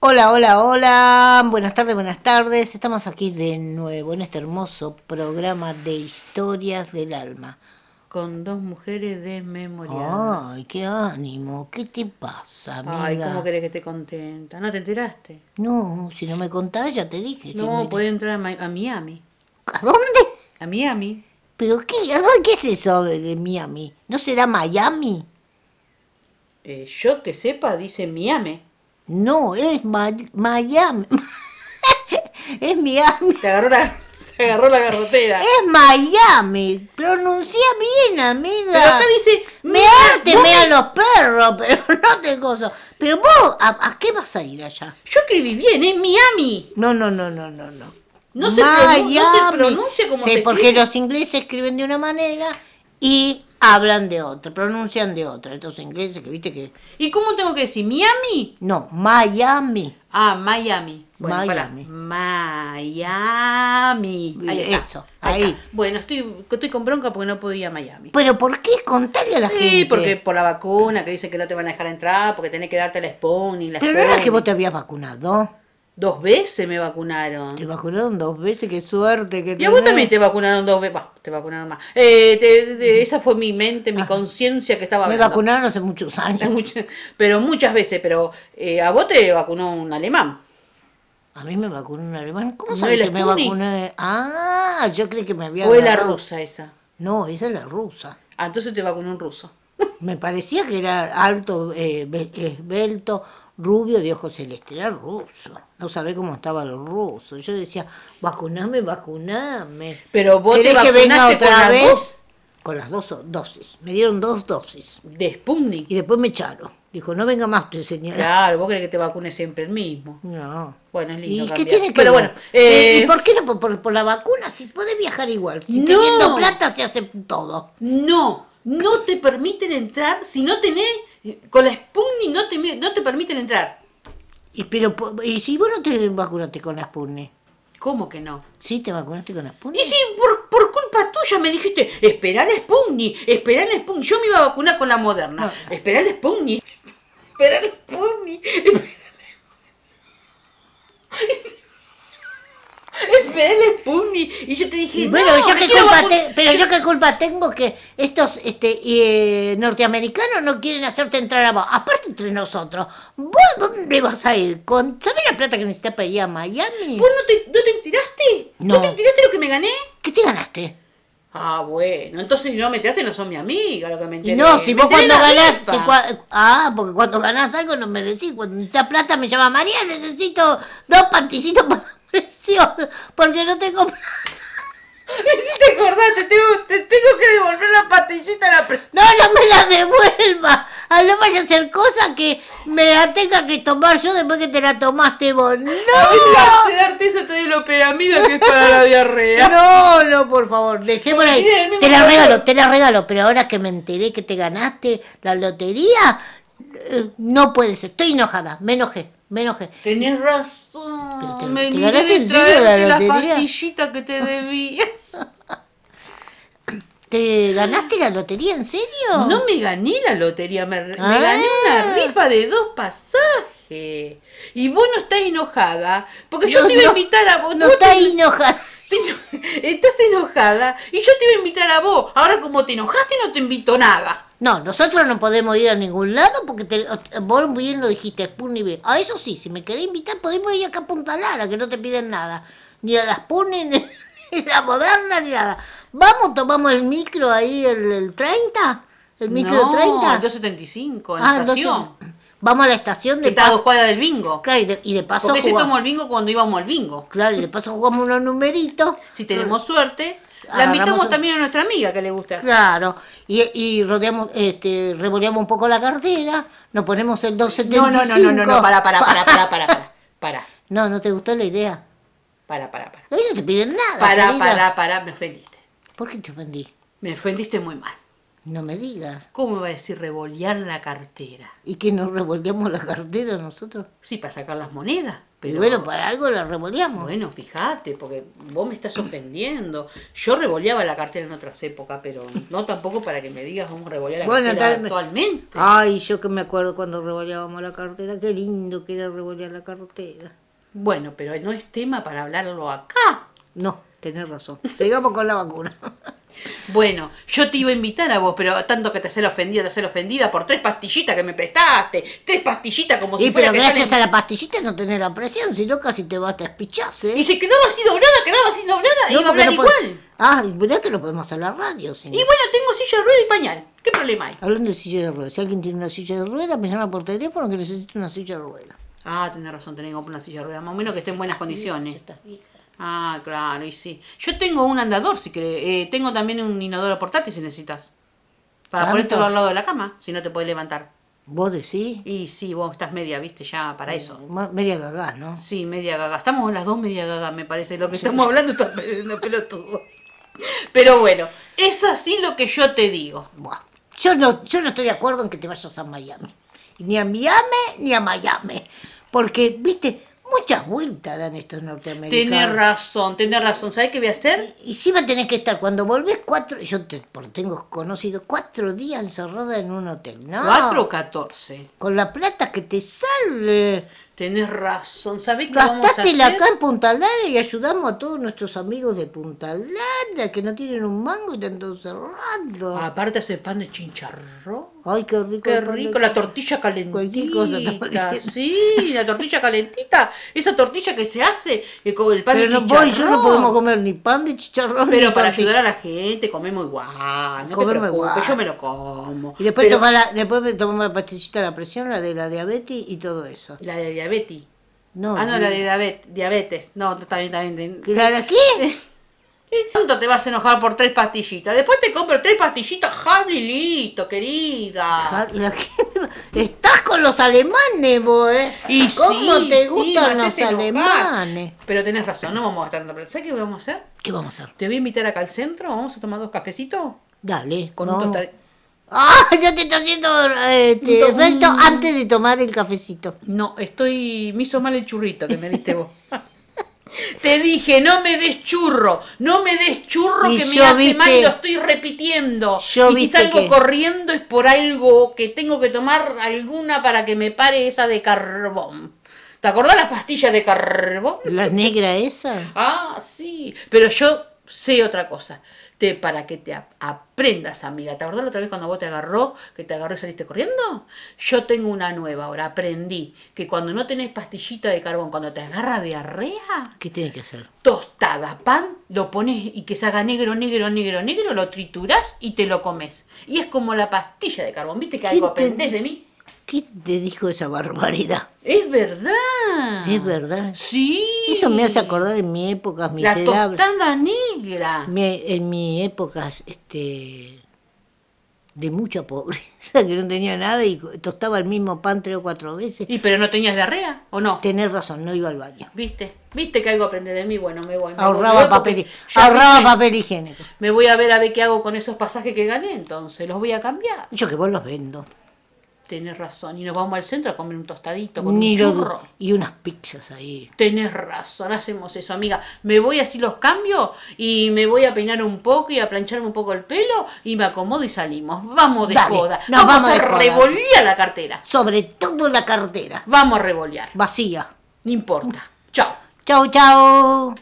Hola, hola, hola. Buenas tardes, buenas tardes. Estamos aquí de nuevo en este hermoso programa de historias del alma. Con dos mujeres desmemoriadas. Ay, qué ánimo. ¿Qué te pasa, amiga? Ay, ¿cómo querés que esté contenta? ¿No te enteraste? No, si no me contás ya te dije. si No, pues. me- podés entrar a, Mi- a Miami. ¿A dónde? A Miami. ¿Pero qué? ¿A dónde? ¿Qué es eso de de Miami? ¿No será Miami? Eh, yo que sepa, dice Miami. No, es Ma- Miami. es Miami. Te agarró la, te agarró la garrotera. Es Miami. Pronuncia bien, amiga. Pero acá dice. Mearte, vos me- mean los perros, pero no te gozo. Pero vos, ¿a, a qué vas a ir allá? Yo escribí bien, es Miami. No, no, no, no, no, no. No se pronun- no se pronuncia como Sí, se porque escribe. los ingleses escriben de una manera y hablan de otra, pronuncian de otra. Estos ingleses que viste que... ¿Y cómo tengo que decir? ¿Miami? No, Miami. Ah, Miami. Bueno, pará. Miami. Miami. Ahí está. Eso, ahí. está. Bueno, estoy, estoy con bronca porque no podía Miami. Pero ¿por qué contarle a la gente? Sí, porque por la vacuna que dicen que no te van a dejar entrar, porque tenés que darte la Spooning, la Pero no era Spooning. que vos te habías vacunado. Dos veces me vacunaron. Te vacunaron dos veces, qué suerte que Y a vos tenés. también te vacunaron dos veces. te vacunaron más. Eh, te- te- esa fue mi mente, mi conciencia que estaba Mm. Ah. Me hablando. vacunaron hace muchos años. Mucha- pero muchas veces, pero eh, a vos te vacunó un alemán. A mí me vacunó un alemán. ¿Cómo ¿No sabes era que me Sputnik? vacuné? Ah, yo creí que me había. O la agarrado- rusa esa. No, esa es la rusa. Ah, entonces te vacunó un ruso. Me parecía que era alto, eh, be- esbelto, rubio, de ojos celeste. Era ruso. No sabía cómo estaban los rusos. Yo decía, vacuname, vacuname. Pero vos te ¿Querés que venga vacunaste otra con las vez? dos Con las dos dosis. Me dieron dos dosis. de Sputnik. Y después me echaron. Dijo, no venga más, señora. Claro, vos querés que te vacune siempre el mismo. No. Bueno, es lindo ¿Y qué cambiar. tiene que Pero ver? bueno, eh, ¿Y y por qué no? Por- ¿Por, por la vacuna? Si puede viajar igual. Si No. Teniendo plata se hace todo. No, no te permiten entrar si no tenés. eh, Con la Sputnik no te, no te permiten entrar. Y, pero, po- y si vos no te vacunaste con la Sputnik? ¿Cómo que no? ¿Sí te vacunaste con la Y Sputnik? si por, por culpa tuya me dijiste, esperar a Sputnik, esperar a Sputnik. Yo me iba a vacunar con la moderna. Ah. Esperar a Sputnik. Esperar a Sputnik. Esperar a Sputnik. Y yo te dije, Y bueno, no, yo me qué quiero culpa vacu- te- pero yo qué culpa tengo que estos este eh, norteamericanos no quieren hacerte entrar a vos. Aparte entre nosotros, ¿vos dónde vas a ir? ¿Con, ¿Sabés la plata que necesitas para ir a Miami? ¿Vos no te, no te enteraste? No. te enteraste lo que me gané? ¿Qué te ganaste? Ah, bueno, entonces si no me traste no son mi amiga, lo que me Y enteré. no, si Me vos enteré cuando la ganás, rifa. si cua- ah, porque cuando ganás algo no me decís, cuando necesitas plata me llama María, necesito dos panticitos para la presión, porque no tengo plata. Si te acordás, te tengo, te tengo que devolver la pastillita a la pre- No, no me la devuelva. Ah, no vaya a hacer cosas que me la tenga que tomar yo después que te la tomaste vos. A veces No, antes de darte eso te doy lo peramida que es para la diarrea. no, no, por favor, dejémosla ahí. Porque tiene el Te la mismo regalo, valor. te la regalo, pero ahora que me enteré que te ganaste la lotería, eh, no puede ser. Estoy enojada, me enojé, me enojé. Tenés Pero razón. te- me te miré ganaste de en serio la traerte la, lotería. pastillita que te debí. ¿Te ganaste la lotería en serio? No me gané la lotería, me, me Ah. gané una rifa de dos pasajes. Y vos no estás enojada, porque yo No, te iba no, a invitar a vos. No vos está te- ahí enojada. Te eno- Estás enojada y yo te iba a invitar a vos. Ahora como te enojaste no te invito nada. No, nosotros no podemos ir a ningún lado porque te, vos muy bien lo dijiste, Sputnik B. A eso sí, si me querés invitar podemos ir acá a Punta Lara, que no te piden nada. Ni a las Sputnik, ni, ni la Moderna, ni nada. Vamos, tomamos el micro ahí, el, el 30, el micro no, 30. el 275, en Ah, la entonces, estación. vamos a la estación que de está a dos paso. cuadras del bingo. Claro, y de, y de paso Porque se jugamos- tomó el bingo cuando íbamos al bingo. Claro, y de paso jugamos unos numeritos. Si tenemos suerte, la Agarramos invitamos un- también a nuestra amiga que le gusta. Claro, y, y rodeamos, este, revoleamos un poco la cartera, nos ponemos el No, 275. no, no, no, no, no, para, para, para, para, para, para, para, No, no te gustó la idea. para, para, para, Ahí no te piden nada. para, querida. para, para, me ofendiste. ¿Por qué te ofendí? Me ofendiste muy mal. No me digas. ¿Cómo va a decir revolear la cartera? ¿Y que nos revolvemos la cartera nosotros? Sí, para sacar las monedas. Y Pero bueno, para algo la revolvemos. Bueno, fíjate, porque vos me estás ofendiendo. Yo revoleaba la cartera en otras épocas, pero no tampoco para que me digas cómo revolear la Bueno, cartera tal- actualmente. Ay, yo que me acuerdo cuando revoleábamos la cartera, qué lindo que era revolear la cartera. Bueno, pero no es tema para hablarlo acá. No, tenés razón. Sigamos con la vacuna. Bueno, yo te iba a invitar a vos, pero tanto que te haces la ofendida, te haces la ofendida por tres pastillitas que me prestaste. Tres pastillitas como Y si fuera pero que gracias salen- a la pastillita no tenés la presión, si no casi te vas a espichás, ¿eh? Y se quedaba así doblada, quedaba así doblada, No, iba a porque hablar no igual. pod- Ah, y mirá que no podemos hacer la radio, Y señor. bueno, tengo silla de rueda y pañal. ¿Qué problema hay? Hablando de silla de ruedas, si alguien tiene una silla de ruedas, me llama por teléfono que necesito una silla de ruedas. Ah, tenés razón, tenés que comprar una silla de rueda, más o menos que esté en buenas condiciones. Ya estás vieja. Ah, claro, y sí. Yo tengo un andador, si querés. Eh, tengo también un inodoro portátil si necesitas. Para ¿Tanto? ponértelo al lado de la cama, si no te puedes levantar. ¿Vos decís? Y sí, vos estás media, viste, ya para eso. Ma- Media cagás, ¿no? Sí, media gaga. Estamos las dos media gaga, me parece. Lo que estamos hablando está perdiendo pelotudo. Pero bueno, es así lo que yo te digo. Buah. Yo no, yo no estoy de acuerdo en que te vayas a Miami. Ni a Miami ni a Miami. Porque, viste, muchas vueltas dan estos norteamericanos. Tenés razón, tenés razón. ¿Sabés qué voy a hacer? Y encima tenés que estar, cuando volvés cuatro, yo te, por- tengo conocido cuatro días encerrada en un hotel, ¿no? 4 o 14. Con la plata que te sale. Tenés razón. ¿Sabés qué vamos a hacer? Gastatela acá en Punta Lara y ayudamos a todos nuestros amigos de Punta Lara que no tienen un mango y están todos cerrados. Aparte hace pan de chincharrón. Ay, qué rico. Ah. Qué el pan de- rico, la tortilla Cualquier cosa estamos calentita. diciendo. Sí, la tortilla calentita. Esa tortilla que se hace eh, con el pan Pero de no voy, yo no chicharrón. podemos comer ni pan de chicharrón Pero ni para pan de- ayudar a la gente comemos igual, Comemos no te preocupes, igual. yo me lo como. Y después, Pero tomar la, después me tomamos la pastillita de la presión, la de la diabetes y todo eso. la de diabetes. No, ah, no, ni- la de diabetes, diabetes. No, está bien, está bien. está bien. ¿La de qué? ¿Qué tanto te vas a enojar por tres pastillitas? Después te compro tres pastillitas, Javi, listo, querida. Ah, ¿la qué? Estás con los alemanes, vos, ¿eh? Y ¿Cómo sí, te sí, gustan me los haces enojar. alemanes? Pero tenés razón, no vamos a gastar tanta plata. ¿Sabes qué vamos a hacer? ¿Qué vamos a hacer? Te voy a invitar acá al centro, vamos a tomar dos cafecitos Dale. con no. un tostado. Ah, yo te estoy haciendo eh, este, Un to- efecto un- antes de tomar el cafecito. No, estoy. Me hizo mal el churrito que me diste vos. Te dije, no me des churro, no me des churro Y que me yo, hace viste- mal y lo estoy repitiendo. Yo, y si viste salgo que- corriendo es por algo que tengo que tomar alguna para que me pare esa de carbón. ¿Te acordás las pastillas de carbón? ¿La negra esa? Ah, sí, pero yo sé otra cosa. Te, para que te a- aprendas, amiga. ¿Te acordás la otra vez cuando vos te agarró, que te agarró y saliste corriendo? Yo tengo una nueva ahora, aprendí que cuando no tenés pastillita de carbón, cuando te agarra diarrea, ¿Qué tiene que hacer? tostada, pan, lo pones y que se haga negro, negro, negro, negro, lo triturás y te lo comes. Y es como la pastilla de carbón. ¿Viste que algo Sí, te- aprendés de mí? ¿Qué te dijo esa barbaridad? Es verdad. Es verdad. Ah. Sí. Eso me hace acordar en mi época La miserable. tostada negra. Mi- en mi época este, de mucha pobreza, que no tenía nada y tostaba el mismo pan tres o cuatro veces. ¿Y pero no tenías diarrea o no? Tenés razón, no iba al baño. ¿Viste? ¿Viste que algo aprende de mí? Bueno, me voy. me voy, Ahorraba me voy porque papel, ya ahorraba viste, papel higiénico. Me voy a ver a ver qué hago con esos pasajes que gané, entonces los voy a cambiar. Yo que vos los vendo. Tenés razón. Y nos vamos al centro a comer un tostadito con Ni un lo churro. du- y unas pizzas ahí. Tenés razón, hacemos eso, amiga. Me voy así los cambios y me voy a peinar un poco y a plancharme un poco el pelo y me acomodo y salimos. Vamos de Dale, joda. nos vamos, vamos de a joda. revolear la cartera. Sobre todo la cartera. Vamos a revolear. Vacía. No importa. Chao. Chau, chau.